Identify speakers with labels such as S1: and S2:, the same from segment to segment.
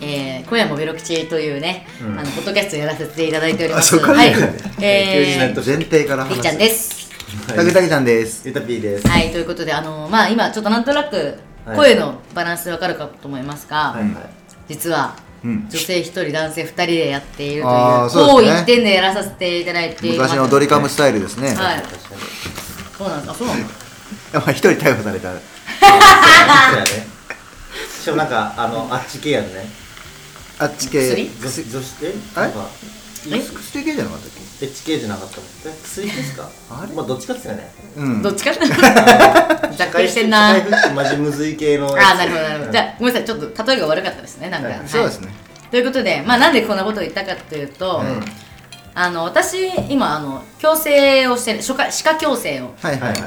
S1: ー今夜もベロ吉というね、
S2: うん
S1: あのポッドキャストやらせていただいております。
S3: あそこ
S1: はい
S3: なんだね。
S1: えー、
S3: 前提から
S1: り
S3: 話
S1: っちゃんです。
S3: タグタグちゃんです
S2: ゆたぴーです
S1: はい、ということで、あのまあ、今ちょっとなんとなく
S2: はい
S1: 声のバランスでわかるかと思いますが、
S2: はいはい
S1: 実は
S3: うん
S1: 女性一人、男性二人でやっているという、
S3: あー
S1: こ
S3: そううですね
S1: 一点でやらさせていただいています
S3: 昔のドリカムスタイルですね
S1: はいい。 そうなんです。あ、そうなんだ。
S3: やまあ一人逮捕され
S2: そ
S3: た
S2: うやねしかもなんかあのあっち系やんね
S3: あっち系
S1: 薬
S2: 女子女子え
S3: あれ
S2: なんか
S1: え
S3: 薬系じゃなかったっけ
S2: エッチ系じゃなかったもんえ薬ですか
S3: あれ
S2: まあどっちかっすよね
S3: うん
S1: どっちか。ざっくりしてんな。
S2: 社会復帰マジむずい系のやつ
S1: あーなるほどなるほどじゃあごめんなさいちょっと例えが悪かったですねなんか、
S2: はい
S3: そうですね
S1: ということでまあなんでこんなことを言ったかというと、
S3: うん
S1: あの私今あの矯正をしてる歯科歯科矯正を
S3: はいはい
S2: はい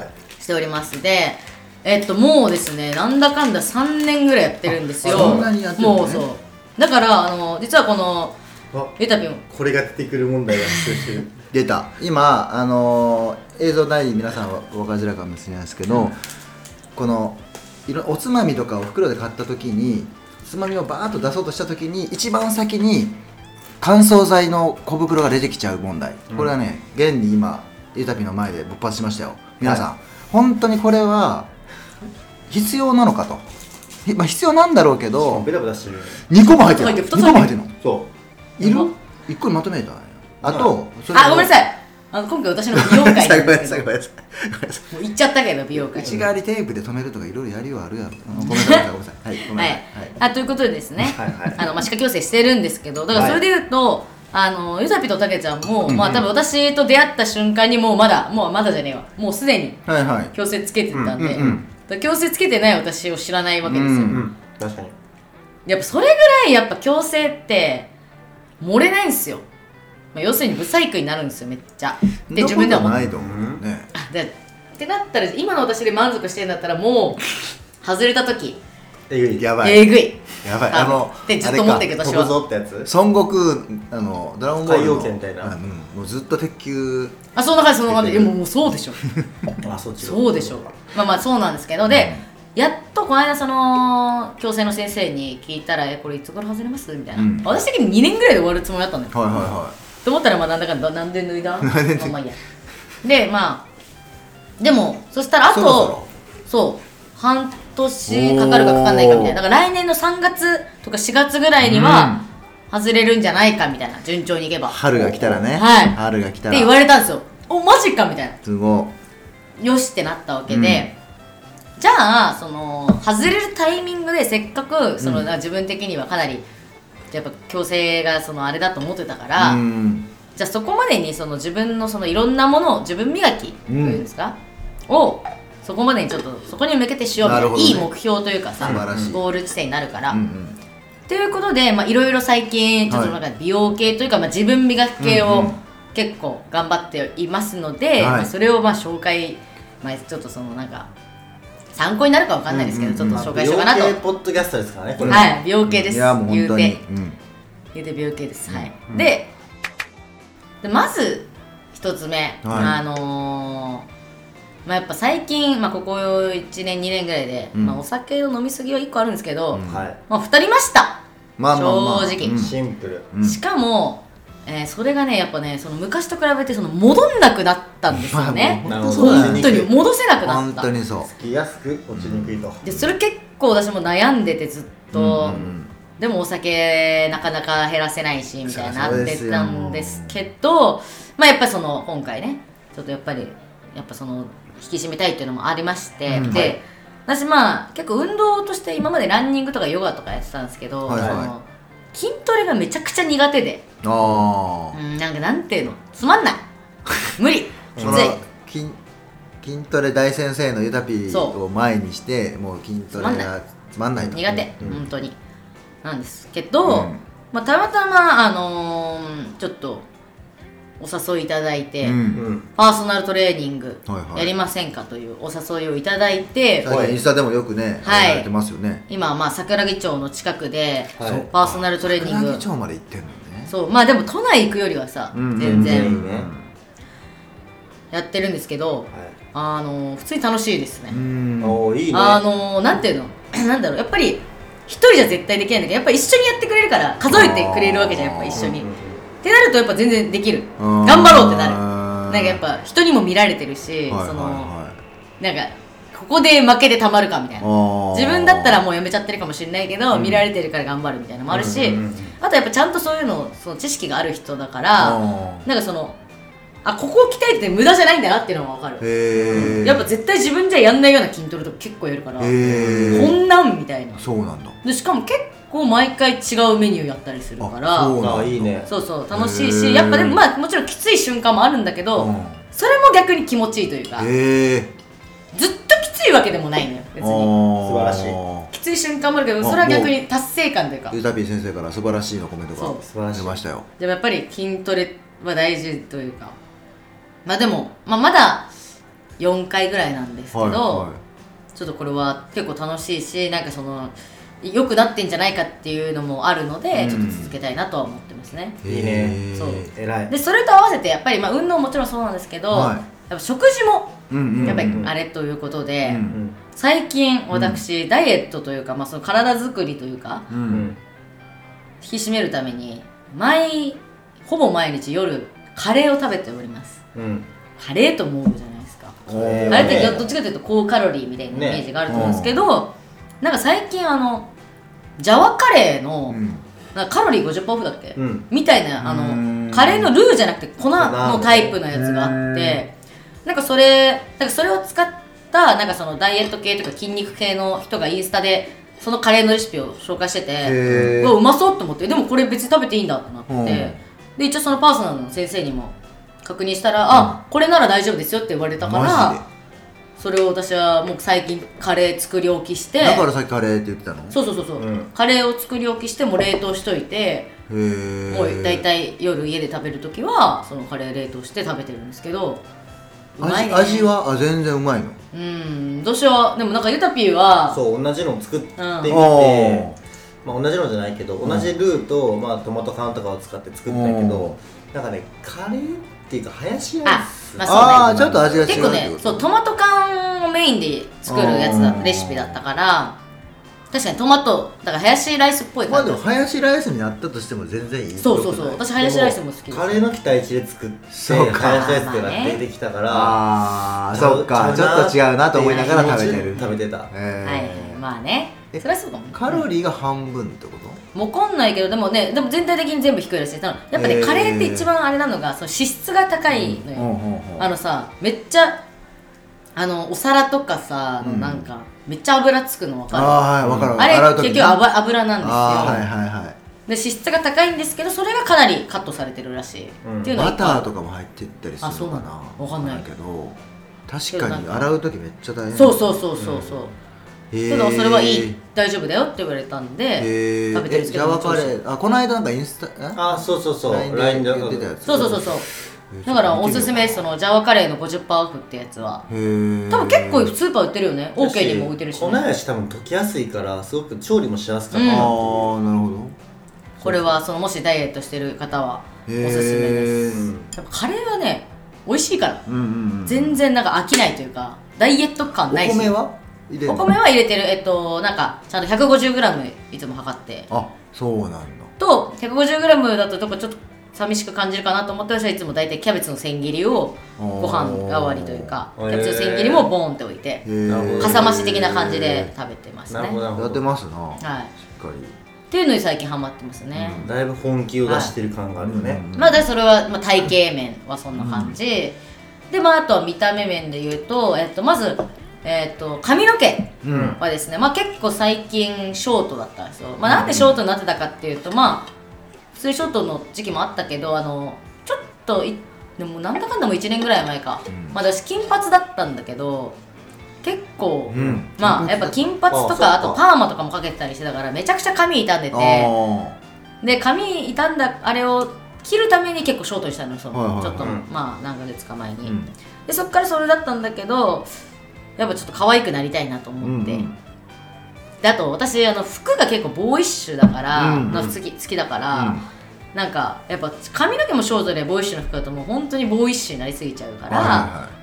S1: しておりますでえっともうですねなんだかんだ3年ぐらいやってるんですよ
S3: あそんなにやってるのね
S1: もうそうだからあの実はこの
S2: あ
S1: ゆたぴん
S2: これが出てくる問題が発生してる
S3: 出た今あのー映像ない皆さんは分かりづらいかもしれないですけど、このいろおつまみとかを袋で買った時につまみをバーッと出そうとした時に一番先に乾燥剤の小袋が出てきちゃう問題これはね、現に今ゆたぴの前で勃発しましたよ皆さん、本当にこれは必要なのかと、ひまあ、必要なんだろうけど
S2: ベラベラしてるよね
S3: 2個も入ってる
S1: 入って
S3: 2
S1: る
S3: 個も入ってるの
S2: そ
S3: いる
S1: うま
S3: 1個にまとめたあと、それ
S1: あごめんなさいあの今回私の美容
S3: ごめんな
S1: 会
S3: さい
S1: なん
S3: ごめん
S1: で
S3: な
S1: す
S3: さ
S1: け
S3: い
S1: ど
S3: ごめんなさいごめんなさい
S1: もう行っちゃったけど美容会
S3: 内側にテープで止めるとかいろいろやりはあるやろごめんなさいごめんなさい はいごめん
S1: は
S3: なさ
S1: い
S3: い、
S1: あということでですね、
S2: はいはい
S1: あのまあ、歯科矯正してるんですけどだからそれで言うと、あのゆたぴとたけちゃんも、まあ、多分私と出会った瞬間にもうまだもうまだじゃねえわもうすでに
S3: はいはいはい
S1: 矯正つけてたんで、
S3: うんうんうん
S1: だから矯正つけてない私を知らないわけですよ、
S3: うん
S2: ううん確かに
S1: やっぱそれぐらいやっぱ矯正って漏れないんですよ、まあ、要するにブサイクになるんですよめっちゃで自分では
S3: そんなこと
S1: 思っ
S3: ないと思うね
S1: あでってなったら今の私で満足してんだったらもう外れた時
S2: えぐい
S3: やばい
S1: えぐい
S3: やばい
S1: あ
S3: あの
S1: ってずっと思ってるけ
S3: あ
S1: ど
S3: れ
S1: 私
S2: 飛ぶ
S1: は
S2: ぞってやつ
S3: か孫悟空あのドラゴンボールの
S2: 海王拳みたいな
S3: うんうんもうずっと鉄球
S1: あそんな感じそんな感じいやもうもうそうでしょ
S2: あそっちだ
S1: そうでしょまあまあそうなんですけどで、やっとこの間その矯正の先生に聞いたら「えこれいつ頃外れます?」みたいな、
S3: うん
S1: 私的に2年ぐらいで終わるつもりだったのよ、
S3: はいはいは
S1: と思ったらまあなんだかんだなんで脱い だまあまあいいやでまあでもそしたらあと
S3: そろそろ
S1: そう半年かかるかかかんないかみたいなだから来年の3月とか4月ぐらいには外れるんじゃないかみたいな順調にいけば
S3: い春が来たらね
S1: はい
S3: 春が来た
S1: って言わ
S3: ら
S1: れたんですよおマジかみたいな
S3: すご
S1: よしってなったわけで、じゃあその外れるタイミングでせっかくその、な自分的にはかなりやっぱ強制がそのあれだと思ってたから、
S3: いうん
S1: じゃあそこまでにその自分のそのいろんなものを自分磨きというんですか、をそこまでにちょっとそこに向けてしようみたい
S3: な
S1: な
S3: るほどね
S1: いい目標というかさ
S3: 素晴らしい
S1: ゴール地点になるから。
S3: うんうん
S1: ということでまあいろいろ最近ちょっとなんか美容系というか、まあ、自分磨き系
S3: うん
S1: を
S3: うん
S1: 結構頑張っていますので、
S3: はい
S1: まあ、それをまあ紹介、まあ、ちょっとそのなんか参考になるかわかんないですけど、
S3: うんうんうん
S1: ちょっと紹介しようかなと、
S2: 美容系ポッドキャストですからねこれ
S1: はい美容系です、
S3: いやもう本
S1: 言う
S3: 当に
S1: て
S3: うん
S1: 言うて美容系です、はいででまず一つ目、あのーまあやっぱ最近、まあ、ここ1年2年ぐらいで、
S3: うん
S1: まあ、お酒の飲みすぎは1個あるんですけど、
S3: うん
S2: はい
S1: まあ太りました
S3: まあまあまあ
S1: 正直
S3: うん
S2: シンプル
S3: うん
S1: しかも、えーそれがねやっぱねその昔と比べてその戻んなくなったんですよね、
S3: ま
S2: な
S3: あ
S2: る
S3: もう
S2: ほど
S3: そうだ
S1: 本
S3: ね
S1: 当に戻せなくなっ
S3: 本
S1: た
S3: 当にそう
S2: つきやすく落ちにくいと
S1: でそれ結構私も悩んでてずっと、
S3: うんうん
S1: でもお酒なかなか減らせないしみたいな
S3: そ
S1: な
S3: う
S1: っ
S3: です
S1: て
S3: よ
S1: たんですけどまあやっぱりその今回ねちょっとやっぱりやっぱその引き締めたいっていうのもありまして、
S3: うん
S1: で、
S3: はい
S1: 私まあ結構運動として今までランニングとかヨガとかやってたんですけど、
S3: はいはい
S1: その筋トレがめちゃくちゃ苦手で。
S3: ああ
S1: うん、なんかなんていうのつまん ない無理きつい
S3: その筋筋トレ大先生のゆたぴ
S1: そう
S3: ーを前にしてもう筋トレがつまんないと
S1: 苦手、
S3: うん
S1: 本当になんですけど、
S3: うん
S1: まあ、たまたまあのーちょっとお誘いいただいて、
S3: うん
S2: うん
S1: パーソナルトレーニング
S3: はいはい
S1: やりませんかというお誘いをいただいて、
S3: 最近インスタでもよくね、
S1: はい
S3: やられてますよね
S1: 今はまあ桜木町の近くで
S2: はい
S3: そっか
S1: パーソナルトレーニング
S3: 桜木町まで行ってんのね
S1: そうまあでも都内行くよりはさ、
S3: うん
S1: 全
S2: 全
S1: 然
S2: 然ね
S1: やってるんですけど、
S2: はい
S1: あのー普通に楽しいですね、
S3: うん
S2: おおいいね
S1: あのーなんていうのなんだろうやっぱり一人じゃ絶対できないんだけどやっぱ一緒にやってくれるから数えてくれるわけじゃんやっぱ一緒に、
S2: うんうんうん
S1: ってなるとやっぱ全然できる
S3: うん
S1: 頑張ろうってなるなんかやっぱ人にも見られてるし、
S3: はいはい
S1: その、
S3: はい
S1: なんかここで負けてたまるかみたいな
S3: あー
S1: 自分だったらもうやめちゃってるかもしれないけど、見られてるから頑張るみたいなのもあるし、
S2: うんうんうん
S1: あとやっぱちゃんとそういうのその知識がある人だから、
S3: あー
S1: なんかそのあここを鍛えてて無駄じゃないんだなっていうのも分かる、
S3: へえ
S1: やっぱ絶対自分じゃやんないような筋トレとか結構やるから、
S3: へ
S1: こ
S3: え
S1: んなんみたいな
S3: そうなんだ
S1: でしかも結構毎回違うメニューやったりするから
S3: あそう
S2: ああいいね
S1: そうそう楽しい
S3: へー
S1: しやっぱでもまあもちろんきつい瞬間もあるんだけど、
S3: うん
S1: それも逆に気持ちいいというか
S3: へえ
S1: ずっときついわけでもないのよ別に
S3: 素
S2: 晴らしい
S1: きつい瞬間もあるけどそれは逆に達成感というか
S3: ユタピー先生から素晴らしいのコメントが
S1: そう
S2: 素晴らしい
S3: 出ましたよ
S1: でもやっぱり筋トレは大事というかまあでも、まあ、まだ4回ぐらいなんですけど、
S3: はいは
S1: ちょっとこれは結構楽しいしなんかその良くなってんじゃないかっていうのもあるので、
S3: うん
S1: ちょっと続けたいなとは思ってますね
S3: い
S2: いいね
S3: へー
S1: そう
S2: 偉い
S1: でそれと合わせてやっぱり、まあ、運動ももちろんそうなんですけど、
S3: はい
S1: やっぱ食事も
S3: うんうん
S1: やっぱり
S2: うん
S1: あれということで、
S3: うん
S2: うん
S1: 最近私、ダイエットというか、まあ、その体作りというか
S3: う
S2: うんん
S1: 引き締めるために毎ほぼ毎日夜カレーを食べております
S2: うん
S1: カレーと思うじゃないですか
S3: おー
S2: えー
S1: あれってどっちかというと高カロリーみたいなイメージがあると思うんですけど、なんか最近あのジャワカレーの、
S3: うん
S1: なんかカロリー50%オフだっけ、
S2: うん
S1: みたいなあ
S3: うーん
S1: のカレーのルーじゃなくて粉のタイプのやつがあってなんかそれなんかそれを使ったなんかそのダイエット系とか筋肉系の人がインスタでそのカレーのレシピを紹介して
S3: へー
S1: てうわうまそうと思ってでもこれ別に食べていいんだとなって、
S3: うん
S1: で一応そのパーソナルの先生にも確認したら、あこれなら大丈夫ですよって言われたか
S3: マ
S1: らそれを私はもう最近カレー作り置きして
S3: ジでだからさっきカレーって言ってたの
S1: そうそうそうそう、
S2: うん
S1: カレーを作り置きしてもう冷凍しといて
S3: へえ
S1: もう大体夜家で食べる時はそのカレー冷凍して食べてるんですけどうまい
S3: 味
S1: ね
S3: 味はあ全然うまいの
S1: うんどうしようでもなんかゆたぴーは
S2: そう同じのを作ってみ
S1: うん
S2: て、
S3: おー
S2: まあ、同じのじゃないけど
S3: ん
S2: 同じルーと、まあ、トマト缶とかを使って作ったけ
S3: うん
S2: どなんかねカレーっていうかハヤシライス
S1: あまあそうね
S3: ああーちょっと味が違う
S1: 結構ね
S3: ってこと
S1: そうトマト缶をメインで作るやつ
S3: う
S1: だ
S3: ん
S1: レシピだったから確かにトマトだからハヤシライスっぽい
S3: まあ
S1: 感
S3: で
S1: じ、
S3: もハヤシライスになったとしても全然いい
S1: そうそうそう
S3: 良くない
S1: 私ハヤシライスも好きです
S2: カレーの期待値で作って
S3: そうか
S2: ハヤシライスっていうのが出てきたから、
S3: ああそっかちょっと違うなと思いながら食べてる
S2: 食べてた
S1: は
S3: え
S1: い
S3: ー
S1: はいまあね
S3: え
S1: それはそうかもね
S3: カロリーが半分ってこと
S1: わかんないけどでもねでも全体的に全部低いらしいただやっぱね、
S3: へー
S1: カレーって一番あれなのがその脂質が高いのよ、あ
S3: あ
S1: のさめっちゃあのお皿とかさ、
S3: うん
S1: なんかめっちゃ油つくの分か
S3: あーはいわかる
S1: る
S3: わ
S1: あ
S3: かる洗う
S1: れ
S3: 時
S1: 結
S3: ね
S1: 局油油なんですよ、
S3: あーはいはいはい
S1: で脂質が高いんですけどそれがかなりカットされてるらしい、
S2: うん
S1: っていうのが
S3: バ
S1: 一
S3: タ
S1: 個
S3: ーとかも入ってったりするのかな
S1: あそうなのわかんない
S3: けど確かに洗う時めっちゃ大変
S1: そうそうそうそうそう、
S3: へ
S1: け
S3: ー
S1: どそれはいい大丈夫だよって言われたんで、
S3: へー
S1: 食べてるんで
S3: え
S1: す
S3: ジ
S1: け
S3: ャ
S1: ど
S3: ワカレーあこの間なんかインスタ
S2: ああそうそうそう
S3: LINE
S2: LINE
S3: で
S2: で
S3: 言ってたやつ
S1: そうそうそうそうだからおすすめそのジャワカレーの50%オフってやつは
S3: へー
S1: 多分結構スーパー売ってるよねオーケーにも置いてるし、
S2: 粉
S1: ね、
S2: やし多分溶きやすいからすごく調理もしやすかっ
S3: あ
S1: う
S2: た
S1: ん
S2: なっていう
S3: あなるほど
S1: これはそのもしダイエットしてる方はおすすめです
S3: へ
S2: うん
S3: ー
S1: やっぱカレーはね美味しいから
S3: うんうんうん
S1: 全然なんか飽きないというかダイエット感ないし
S3: お米は入れる
S1: お米は入れてるえっとなんかちゃんと 150g いつも測って
S3: あそうなんだ
S1: と 150g だととかちょっと寂しく感じるかなと思って私はいつも大体キャベツの千切りをご飯代わりというかキ
S2: おー
S1: ャベツの千切りもボーンって置いて
S3: へー
S1: かさ増し的な感じで食べてますね
S2: なるほど
S1: は
S2: なる
S3: や
S2: ほ
S3: って
S2: ど
S3: ますなし
S1: い
S3: っかり
S1: っていうのに最近ハマってますね、
S2: だいぶ本気を出してる感があるよね、
S3: うん
S1: まあ、だからそれは、まあ、体型面はそんな感じ、でまああとは見た目面で言うと、えっと、まず、えっと、髪の毛
S3: うん
S1: はですね、まあ、結構最近ショートだったんですよ、まあ、なんでショートになってたかっていうとまあ普通にショートの時期もあったけどあのちょっといでもなんだかんだも1年ぐらい前か、
S3: うん
S1: まあ、私金髪だったんだけど結構、
S2: うん
S1: まあやっぱ金髪とか
S2: あ
S1: あ
S2: そうか
S1: とパーマとかもかけてたりしてたからめちゃくちゃ髪傷んでて
S3: あー
S1: で髪傷んだあれを切るために結構ショートにしたのよその、
S3: はいはいはい
S1: ちょっと、
S2: うん
S1: まあ何ヶ月か前に、
S3: うん
S1: でそっからそれだったんだけどやっぱちょっと可愛くなりたいなと思って、
S3: うんうん
S1: であと私あの服が結構ボーイッシュだから、
S3: うんうん
S1: の好き好きだから、なんかやっぱ髪の毛もショートでボーイッシュな服だともう本当にボーイッシュになりすぎちゃうから、
S3: はいはい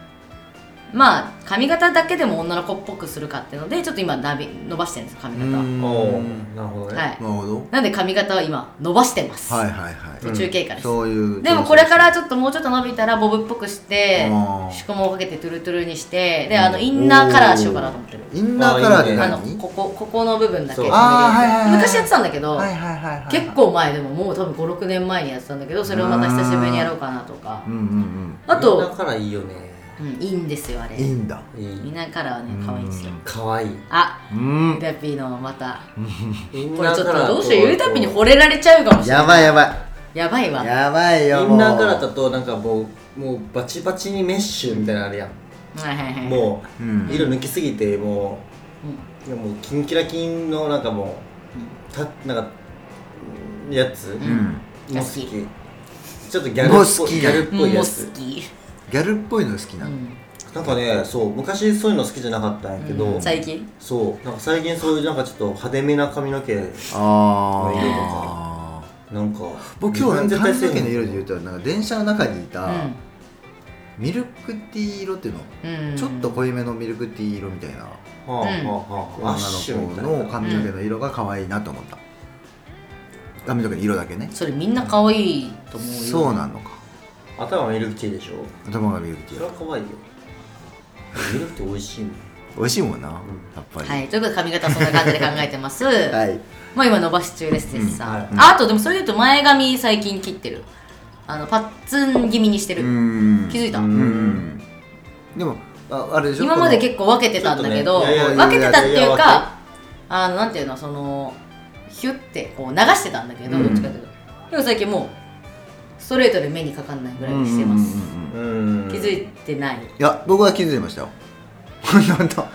S1: まあ髪型だけでも女の子っぽくするかっていうのでちょっと今なび伸ばしてるんです髪型は
S3: うん
S2: おーなるほどね、
S1: はい
S3: なるほど
S1: なんで髪型は今伸ばしてます、
S3: はいはいはい
S1: 途中経過です、
S3: そういう
S1: でもこれからちょっともうちょっと伸びたらボブっぽくして
S3: あー
S1: 縮毛をかけてトゥルトゥルにしてであのインナーカラーしようかなと思ってる
S3: インナーカラーで
S2: おー
S1: あ
S3: 何
S1: のここここの部分だけ
S2: そう
S3: あーはいはいはい
S1: 昔やってたんだけど、
S3: はいはいはいはい
S1: 結構前でももう多分56年前にやってたんだけどそれをまた久しぶりにやろうかなとか
S3: うんうん
S1: あ
S2: だ
S1: と、
S2: からいいよね
S1: うん、いいんですよあれ
S3: うんいいんだ
S2: い
S1: イン
S2: い
S1: ナーカラーはね可愛いんですよ
S3: うん
S2: かわいい
S1: あ
S3: うん
S1: ペッピーのまた
S2: イン
S1: これちょっとどうしようゆるたびに惚
S2: れ
S1: れられちゃうかもしれない
S3: やばいやば
S1: やばいわ
S3: いやばい
S2: イ
S3: よ
S2: ンナーカラー
S3: と
S2: だとなんかもうもうバチバチにメッシュみたいなのあるやん、
S1: はいはいはい
S2: も
S3: う
S2: うん色抜きすぎても
S1: うん
S2: ういやもうキンキラキンのなんかもうたなんかやつ、
S1: う
S3: うんん
S2: もう好
S1: 好
S2: き
S1: き
S2: ちょっとギャルっぽ
S3: も
S2: い
S3: う好き
S2: ギャルっ
S1: も
S2: ぽ
S1: う
S2: いや
S1: 好
S2: つ
S1: き、
S3: ギャルっぽいの好きなの
S2: なんかねそう昔そういうの好きじゃなかったんやけど、
S1: うん最近
S2: そうなんか最近そういうなんかちょっと派手めな髪の毛
S3: ああ
S2: なんか
S3: 僕今日
S2: 自分
S3: ね髪の毛の
S2: せえへん
S3: 色で言うとなんか電車の中にいうた
S1: ん
S3: ミルクティー色っていうの
S1: うん
S3: ちょっと濃いめのミルクティー色みたいな
S2: はあはあ
S3: 女
S2: はあ、
S3: の
S2: アッシュみ
S3: 子
S2: たいな
S3: の髪の毛の色が可愛いなと思った髪の毛の色だけね
S1: それみんな可愛いと思うよ
S3: そうなのか
S2: 頭ミルクティーでしょ
S3: 頭がミルクティ
S2: そ
S3: ー
S2: れは
S3: 色
S2: 可愛いよミルクティー美味しいもん
S3: 美味しいもんなやっぱり
S1: はい、ということで髪型そんな感じで考えて ます、
S3: はい
S1: もう今伸ばし中です絶賛、
S2: うんはい
S1: ああとでもそれで言うと前髪最近切ってるあのパッツン気味にしてる、
S3: うん
S1: 気づいた、
S3: うんんでもああれでしょ
S1: 今まで結構分けてたんだけど、
S2: ちょっとねいやいや
S1: 分けてたって
S2: いやい
S1: いう
S2: やいや
S1: かあのなんていうのそのヒュッてこう流してたんだけど、
S3: うん
S1: どっちかというとでも最近もうストレートで目にかかんないぐらいにしてます、
S2: うん
S1: 気づいてない
S3: いや僕は気づいましたよ本当い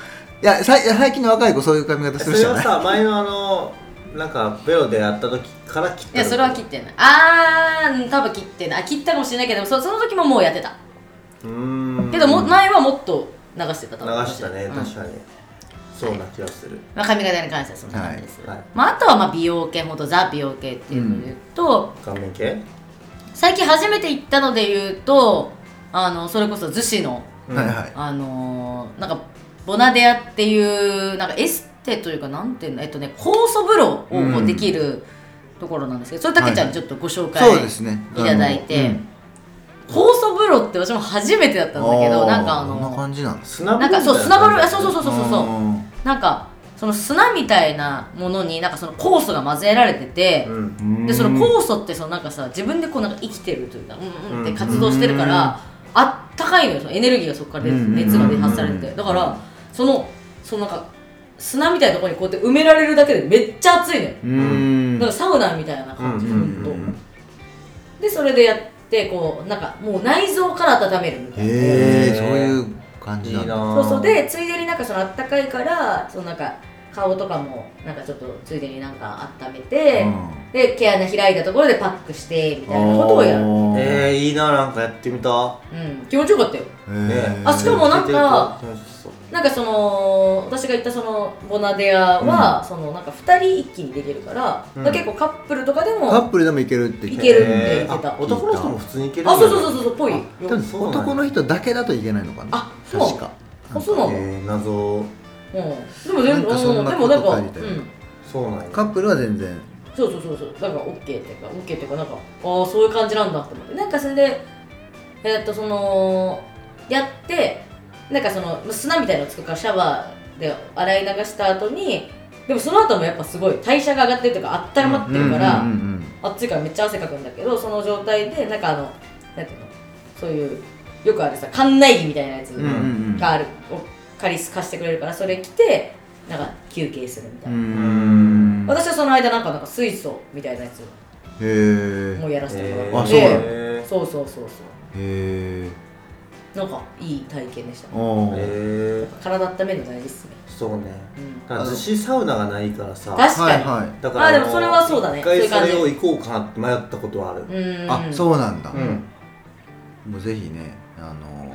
S3: やさいいや最近の若い子そういう髪型す
S2: そ
S3: るじ
S2: れ
S3: ゃ
S2: は
S3: ない
S2: さ前のあのなんかベロでやった時から切っ
S1: い
S2: た
S1: やそれは切ってないあー多分切ってないあ切ったかもしれないけどそその時ももうやってた
S2: うーん
S1: けども前はもっと流してた
S2: 流
S1: と思う
S2: したね
S1: うん
S2: 確かにそうな気がする
S1: まあ、髪型に関してはそんな感じです、
S2: はいはい
S1: まあ、あとはまあ美容系ほんとザ美容系っていうので言うと、
S2: 顔面系
S1: 最近初めて行ったので言うとあのそれこそ逗子の、
S2: うん
S3: はいはい
S1: あのーなんかボナデアっていうなんかエステというかなんていうのえっとね酵素風呂をこ
S3: う
S1: うんできるところなんですけど、それたけちゃんにちょっとご紹介、
S3: そうですね
S1: いただいて
S3: あの
S1: 酵素風呂って私も初めてだったんだけ
S3: う
S1: ど
S3: ん
S1: なんかあ
S3: こんな
S1: の
S3: 感じなんです
S2: 砂
S1: なんかそう砂風呂あそうそうそうそうそうそう
S3: うん
S1: なんかその砂みたいなものになんかその酵素が混ぜられてて、
S2: うん
S1: でその酵素ってそのなんかさ自分でこうなんか生きてるというかうんうんって
S2: うん
S1: 活動してるから、あったかいのよそのエネルギーがそこから出て
S3: うん
S1: 熱が出発されててだからそのそのなんか砂みたいなところにこうやって埋められるだけでめっちゃ熱いのよ、
S3: うん
S1: だからサウナみたいな感じで、ほんとでそれでやってこうなんかもう内臓から温めるみたいな。
S3: へえそういう感
S2: い
S3: じ
S2: い
S3: な
S2: なん
S3: だ
S2: ぁ
S1: そうそうでついでになんかそのあったかいからそのなんか顔とかもなんかちょっとついでになんか温めて、
S3: うん
S1: で毛穴開いたところでパックしてみたいなことをやる、
S2: えー、いいななんかやってみた
S1: うん、気持ちよかったよ
S3: え
S1: あしかもなんか
S2: 聞いてると楽しそう
S1: なんかその私が行ったそのボナデアは、そのなんか2人一気にできるから、
S2: うん
S1: だから結構カップルとかでも
S3: カップルでもいけるって
S1: いけるって
S2: え
S1: 言ってた
S2: ーあ男の人も普通にいける
S1: あそうそうそう
S2: う
S1: そうそうぽいよ
S3: 多分
S2: そうなんだ
S3: 男の人だけだといけないのかな
S1: あそう
S3: 確か
S1: あそうなの、
S2: えー、謎
S1: うん、でも全
S3: なん
S1: 部
S3: かそんな
S1: でもなんか
S3: こと
S1: う
S3: 書いてある
S1: ん
S2: そうなんや
S3: カップルは全然
S1: そうそうそうそうなんか OK っていうか OK っていうかなんかああそういう感じなんだって思ってなんかそれでえーっとそのやってなんかその砂みたいなのつくからシャワーで洗い流した後にでもその後もやっぱすごい代謝が上がってるというか温まってるから、
S3: うんうんうん
S1: 暑いからめっちゃ汗かくんだけどその状態でなんかあのなんていうのそういうよくあるさ館内着みたいなやつ
S3: うんうんうん
S1: がある、を借り貸してくれるからそれ着てなんか休憩するみたいな。
S3: うんへ
S1: 私はその間なんかなんか水素みたいなやつ
S3: え
S1: もやらせても
S2: え
S1: らっ
S2: ー、
S3: あ
S1: て、
S3: そうなの
S2: え
S1: そうそうそうそ
S3: へえ
S1: うなんかいい体験でした
S3: お
S2: ー
S3: ー
S2: え
S1: 体温めるの大事っすね、
S2: ー、そうね
S1: うん、
S2: だから逗子サウナがないからさ
S1: 確か
S3: は
S1: に、
S3: いはい
S2: だから
S1: あでもそれはそうだね
S2: 一回
S1: そう
S2: そ
S1: いう
S2: れを
S1: 感
S2: 行こうかなって迷ったことはある
S1: うーん
S3: あそうなんだ、
S2: うん
S3: もうぜひねあの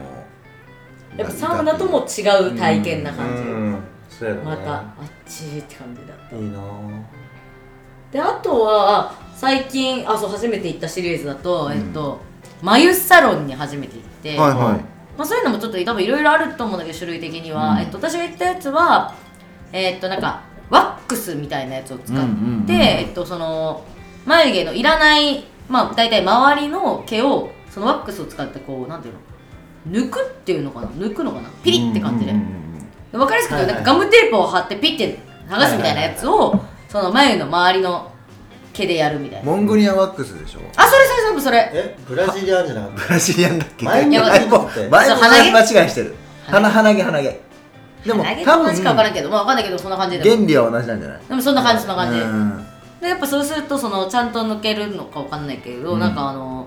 S3: ー、
S1: やっぱサウナとも違う体験な感じ、
S2: うんそうやろね
S1: またあっちって感じだ
S2: いいなぁ
S1: であとはあ最近あそう初めて行ったシリーズだと、
S3: うん
S1: えっと眉サロンに初めて行って、
S3: はいはい
S1: まあ、そういうのもちょっと多分いろいろあると思うんだけど種類的には、
S3: うん
S1: えっと、私が言ったやつはえっとなんかワックスみたいなやつを使って、
S3: うんうんうん
S1: えっと、その眉毛のいらない、まあ、大体周りの毛をそのワックスを使ってこうなんていうの抜くっていうのかな抜くのかなピリッって感じで、
S3: うんうんうんうん
S1: 分かりやすく言うと
S2: はい
S1: なん
S2: はい
S1: かガムテープを貼ってピッて剥がすみたいなやつをその眉の周りの毛でやるみたいな
S3: モンゴリアンワックスでしょ
S1: あそれそれ全部それ
S2: えブラジリアンじゃなかっ
S3: ブラジリアンだっけ
S2: 前
S1: にやばい
S3: 前も
S2: そう
S3: 前も
S1: 鼻毛
S3: 間違いしてる
S1: 鼻
S3: 鼻鼻毛鼻毛でも
S1: 投げ
S3: 多
S1: と同じか分からん
S3: 分
S1: けどまあ分かんないけどそんな感じで
S3: 原理は同じなんじゃない
S1: でもそんな感じそんな感じ、
S3: うん
S1: でやっぱそうするとそのちゃんと抜けるのかわかんないけど、
S3: うん
S1: なんかあの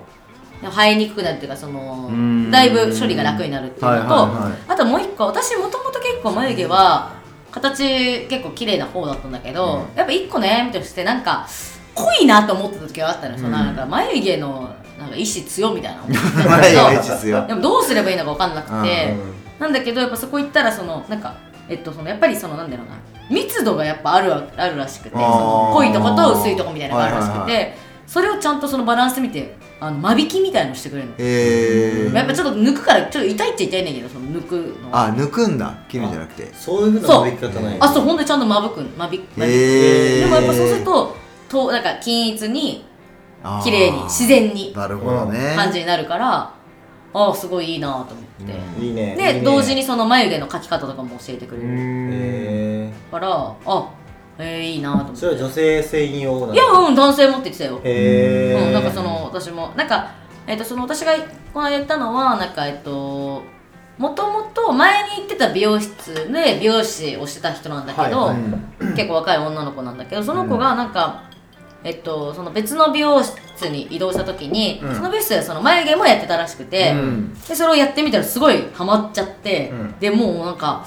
S1: 生えにくくなるっていうかその
S3: うん
S1: だいぶ処理が楽になるっていうのと、
S3: はいはいはい
S1: あともう一個私もともと結構眉毛は形結構綺麗な方だったんだけど、やっぱ一個悩みとしてなんか濃いなと思ってた時があったのよ、そのなんか眉毛のなんか意志強みたい な思ってたんだけ
S3: 前
S1: ど
S3: が一致すよ
S1: でもどうすればいいのか分かんなく
S2: た、
S1: て、
S2: うん
S1: なんだけどやっぱそこ行ったらそのなんかえっとそのやっぱりそのなんだろうな密度がやっぱあるわあるらしくてそ
S3: あー
S1: の濃いとこと薄いとこみたいなのがあるらしくて、
S3: はいは
S1: それをちゃんとそのバランス見てあの間引きみたいのしてくれるの、
S3: え
S1: やっ
S3: ー
S1: ぱちょっと抜くからちょっと痛いっちゃ痛いんだけどその抜くの
S3: あ抜くんだ切るんじゃなくて
S2: そういうふうな伸び方ない
S1: あそうほんとにちゃんと間引く間引く、
S3: えー
S1: でもやっぱそうするととなんか均一に
S3: あー
S1: 綺麗に自然に
S3: なるほどね
S1: 感じになるからああすごいいいなと思って、
S3: うん
S2: いいねいい
S1: で
S2: ね
S1: 同時にその眉毛の描き方とかも教えてくれる、
S2: え
S1: からあえー、いいなと思
S2: ー
S1: っ
S2: それは
S1: て
S2: 女性専用なの
S1: いやうん男性持ってきたよ、
S2: へえ
S1: うん、なんかその私もなんか、えっとその私がこの間言ったのはなんかえっともともと前に行ってた美容室で美容師をしてた人なんだけど、
S2: は
S3: うん
S1: 結構若い女の子なんだけどその子がなんか、えっと、その別の美容室に移動した時に、
S3: うん
S1: その美容室でその眉毛もやってたらしくて、
S3: うん
S1: でそれをやってみたらすごいハマっちゃって、
S2: うん
S1: でもうなんか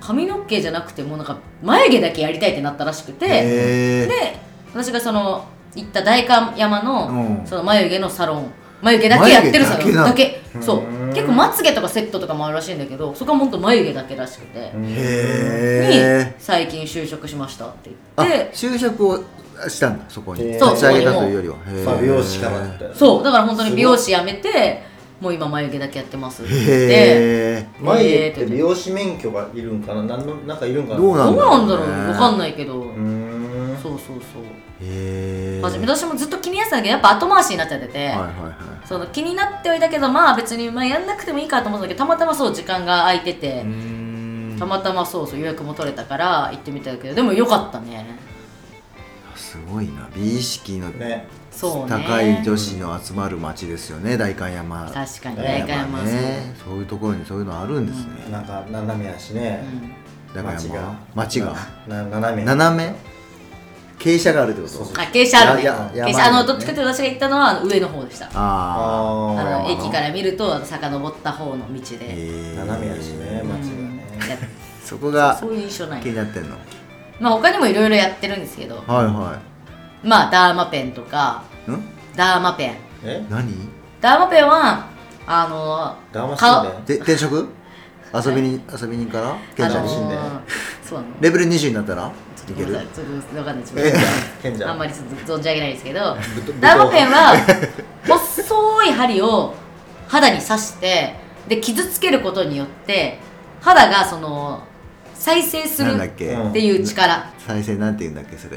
S1: 髪の毛じゃなくてもうなんか眉毛だけやりたいってなったらしくて、
S3: えー
S1: で私がその行った代官山の,、
S3: うん
S1: その眉毛のサロン眉毛だけやってるサロン
S3: 眉毛だ
S1: だ
S3: け
S1: けそう結構まつげとかセットとかもあるらしいんだけどそこはもっと眉毛だけらしくて、に
S3: へえ
S1: 最近就職しましたって
S3: あ
S1: 言って
S3: 就職をしたんだそこに
S2: へー
S3: 立
S1: そう
S3: ち上げたというよりはへー
S2: まあ美容師からだったよ
S1: そうだから本当に美容師辞めてもう今眉毛だけやってますって言って
S3: へえ
S2: 眉毛って美容師免許がいるんかななんのなんかいるんかな
S3: どうな
S1: どうなんだろう
S3: ね
S1: 分かんないけど、
S2: うーん
S1: そうそうそう
S3: へえ
S1: 初め私もずっと気になってたんだけどやっぱ後回しになっちゃってて、
S3: はいはいはい
S1: その気になってはいたけどまあ別に、まあ、やんなくてもいいかと思ってたけどたまたまそう時間が空いてて、
S3: うーん
S1: たまたまそうそう予約も取れたから行ってみたけどでもよかったね
S3: すごいな美意識の
S2: ね
S1: そうね
S3: 高い女子の集まる町ですよね代官山
S1: 確かに
S2: 代
S1: 大
S2: 官
S1: 会山
S3: ねそういうところにそういうのあるんですね
S2: なんか斜めやしね、
S3: 代官山
S2: 町
S3: 町
S2: が
S3: が
S2: な斜め
S3: 斜め傾斜があるってこと
S2: そうそう
S1: あ傾斜あるね
S3: いやいや
S1: 傾
S3: 山
S1: 斜あ
S3: あ
S1: の
S3: るね
S1: どっちかというと私が行ったのはあの上の方でした
S3: あ
S1: あ
S2: あ
S1: の
S2: ー
S1: 駅から見るとあの遡った方の道
S3: あ
S1: で、
S2: 斜めやしね
S1: うん
S2: 街がね
S1: やっ
S3: そこが
S1: そういう印象ない
S3: 気になってんのはい
S1: まあ他にもいろいろやってるんですけど
S3: は
S1: まあダーマペンとか
S3: いん
S1: ダーマペン
S2: え
S3: 何
S1: ダーマペンはあの
S2: ダーマ
S1: 顔
S2: 神
S3: で 転職遊びに遊び人から賢
S1: あ
S3: 者
S1: の
S3: に
S2: 死んで
S1: そうなの
S3: レベル20になったらいける
S1: ごめんなさいちょっとわかんないちょっ
S3: え
S2: 賢
S1: と
S2: 者
S1: あんまりちょっと存じ上げないですけど
S2: ぶ
S1: ダーマペンは細い針を肌に刺してで傷つけることによって肌がその再生する
S3: なんだっ
S1: っ
S3: け
S2: うん
S1: ていう力
S3: 再生なんて言うんだっけそれ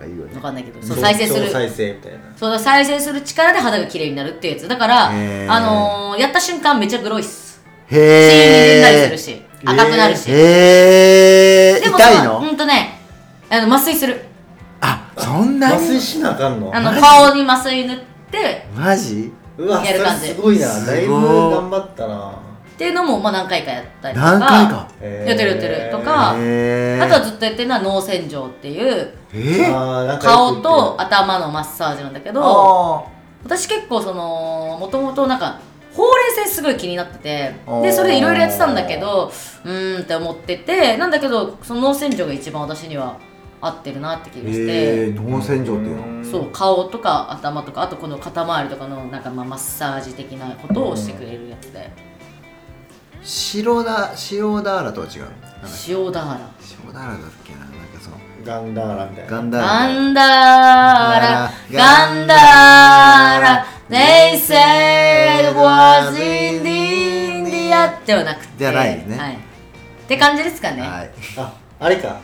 S3: なんかいいよ
S1: わ
S3: ね
S1: かんないけど
S2: 超
S1: そう再生す
S2: 超
S1: る
S2: 再生みたいな
S1: その再生する力で肌が綺麗になるっていうやつだから、
S3: へー
S1: あのーやった瞬間めちゃグロいっす血になりす
S3: へ
S1: る
S3: え
S1: し赤くなるし、
S3: へえ
S1: でも
S3: 痛い
S1: ほ
S3: の
S1: んとねあの麻酔する
S3: あそんな
S2: 麻
S3: に
S2: 酔しなあかんの
S1: あの顔に麻酔塗って
S3: マジ
S2: うわそ
S1: や
S2: れ
S1: る感じ
S2: すごいな
S3: すごい
S2: だいぶ頑張ったな
S1: っていうのも、まあ、何回かやったりと
S3: 何回か
S2: えー
S1: やってるやってるとか
S3: へえ
S1: あとはずっとやってるのは脳洗浄っていう
S3: えー
S2: あーなんかよく
S1: 顔
S2: 言ってる
S1: と頭のマッサージなんだけど
S3: あ
S1: 私結構そのもともとなんかほうれい線すごい気になってて
S3: あ
S1: で
S3: ー
S1: それでいろいろやってたんだけどうーんって思っててなんだけどその脳洗浄が一番私には合ってるなって気がして、
S3: え脳洗浄っていうの
S1: そう顔とか頭とかあとこの肩周りとかのなんかまあマッサージ的なことをしてくれるやつで
S3: 白だ塩ダーラとは違うなんだっけ
S1: 塩だら
S3: 塩ダーラだっけななんかその
S2: ガンダーラみたいな
S3: ガンダーラ
S1: ガンダーラ、ガンダーラ、They said was in the かではなくて
S3: じゃないですね
S1: はい、って感じですかね、
S3: はい
S2: ああれか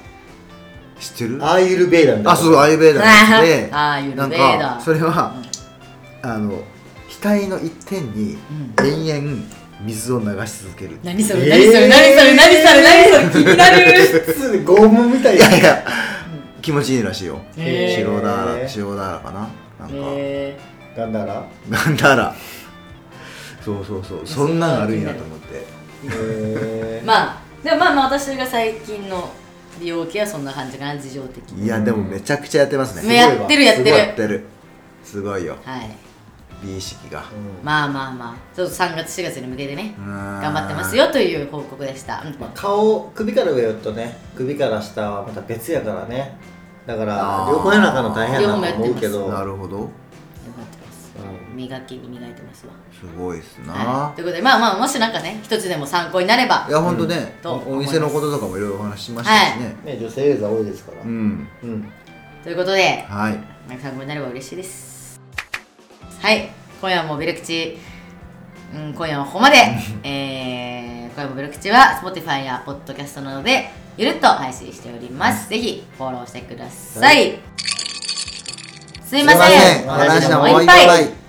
S3: 知ってる
S2: アーユルベーダみたいな
S3: あそうアーユルベーダー で
S1: アーユルベーダー
S3: なんかそれは、あの額の一点に延々水を流し続ける、
S1: 何それ
S2: えー
S1: 何それ何それ何それ何それ気になる
S2: 普通に拷問みたい
S3: い
S2: な
S3: やいや気持ちいいらしいよ
S1: へー
S3: 白だら白だらかななんか、
S1: え
S2: なんだら
S3: なんだらそうそうそうそんなんあるんやと思って
S2: え
S1: ー
S2: ー
S1: まあでもまあまあ私が最近の美容系はそんな感じかな事情的に
S3: いやでもめちゃくちゃやってます
S1: ね
S3: ね
S1: やってるやっ
S3: す
S1: て
S3: ごい
S1: る
S3: やってるすごいよ
S1: はい
S3: 美意識が
S2: うん
S1: まあまあまあちょっと3月4月に向けてね頑
S3: 頑
S1: 張ってますよという報告でした、うん
S2: まあ、顔首から上とね首から下はまた別やからねだから
S3: あー
S2: 両方やらかの大変やなと思うけど
S3: なるほど
S1: よかったです
S2: う
S1: 磨きに磨いてますわ
S3: すごいっす
S1: は、
S3: ない
S1: ということでまあまあもしなんかね一つでも参考になれば
S3: いやほんとね
S1: と
S3: おお店のこととかもいろいろお話ししましたしね
S2: ね女性ユーザー多いですから
S3: うん
S2: うん
S1: ということで
S3: はい
S1: なんか参考になれば嬉しいですはい今夜もベルクチ、うん、今夜はここ まで、えー、今夜もベルクチは Spotify や Podcast などでゆるっと配信しております、ぜひフォローしてください、すいません
S3: すいませんお話の
S1: も
S3: も
S1: うい
S3: う
S1: っ
S3: 一
S1: ぱい
S3: 杯